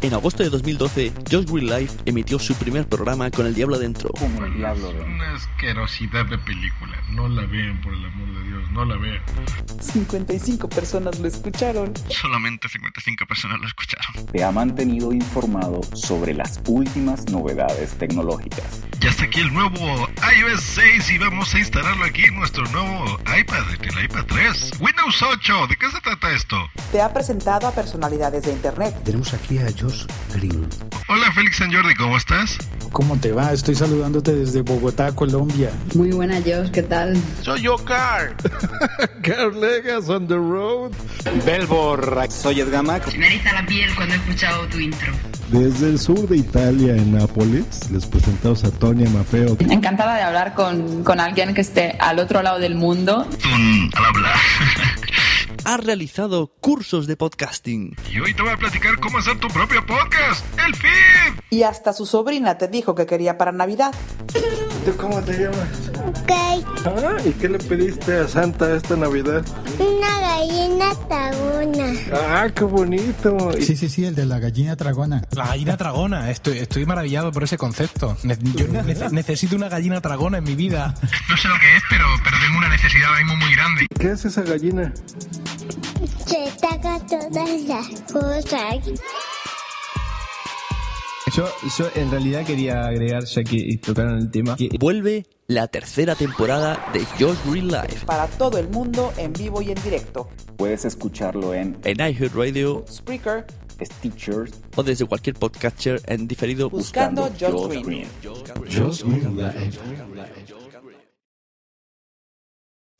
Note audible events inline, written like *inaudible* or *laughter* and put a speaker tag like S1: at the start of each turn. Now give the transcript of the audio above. S1: En agosto de 2012, Josh Green Life emitió su primer programa con El Diablo Adentro.
S2: Una asquerosidad de película. No la vean, por el amor de Dios, no la vean.
S3: 55 personas lo escucharon.
S2: Solamente 55 personas lo escucharon.
S4: te ha mantenido informado sobre las últimas novedades tecnológicas.
S2: Ya está aquí el nuevo iOS 6 y vamos a instalarlo aquí en nuestro nuevo iPad, el iPad 3. Windows 8, ¿de qué se trata esto?
S3: Te ha presentado a personalidades de Internet.
S5: Tenemos aquí a Josh Green.
S2: Hola Félix San Jordi, ¿cómo estás?
S6: ¿Cómo te va? Estoy saludándote desde Bogotá, Colombia.
S7: Muy buena, Josh, ¿qué tal?
S8: Soy yo,
S9: *laughs*
S8: Carl.
S2: Carl Legas on the road.
S7: Me eriza la piel cuando he escuchado tu intro.
S9: Desde el sur de Italia, en Nápoles, les presentamos a Tonia Mafeo.
S7: Encantada de hablar con, con alguien que esté al otro lado del mundo.
S2: Tun, al hablar.
S1: Ha realizado cursos de podcasting.
S2: y hoy te voy a platicar cómo hacer tu propio podcast, el feed.
S3: Y hasta su sobrina te dijo que quería para Navidad.
S5: ¿Tú cómo te llamas? Ah, ¿y qué le pediste a Santa esta Navidad?
S10: Una gallina taguna.
S5: Ah, qué bonito.
S6: Sí, sí, sí, el de la gallina tragona. La gallina tragona, estoy, estoy maravillado por ese concepto. Ne- Yo *laughs* nece- necesito una gallina tragona en mi vida.
S2: No sé lo que es, pero, pero tengo una necesidad ahora mismo muy grande.
S5: ¿Qué es esa gallina?
S10: Se taca todas las cosas.
S5: Yo, yo en realidad quería agregar, ya que tocaron el tema, que
S1: Vuelve la tercera temporada de Josh Green Life
S3: Para todo el mundo, en vivo y en directo.
S4: Puedes escucharlo en
S1: en iHeartRadio
S3: Spreaker,
S4: Stitcher
S1: o desde cualquier podcatcher en diferido.
S3: buscando, Josh
S4: Josh
S3: Green.
S4: Green.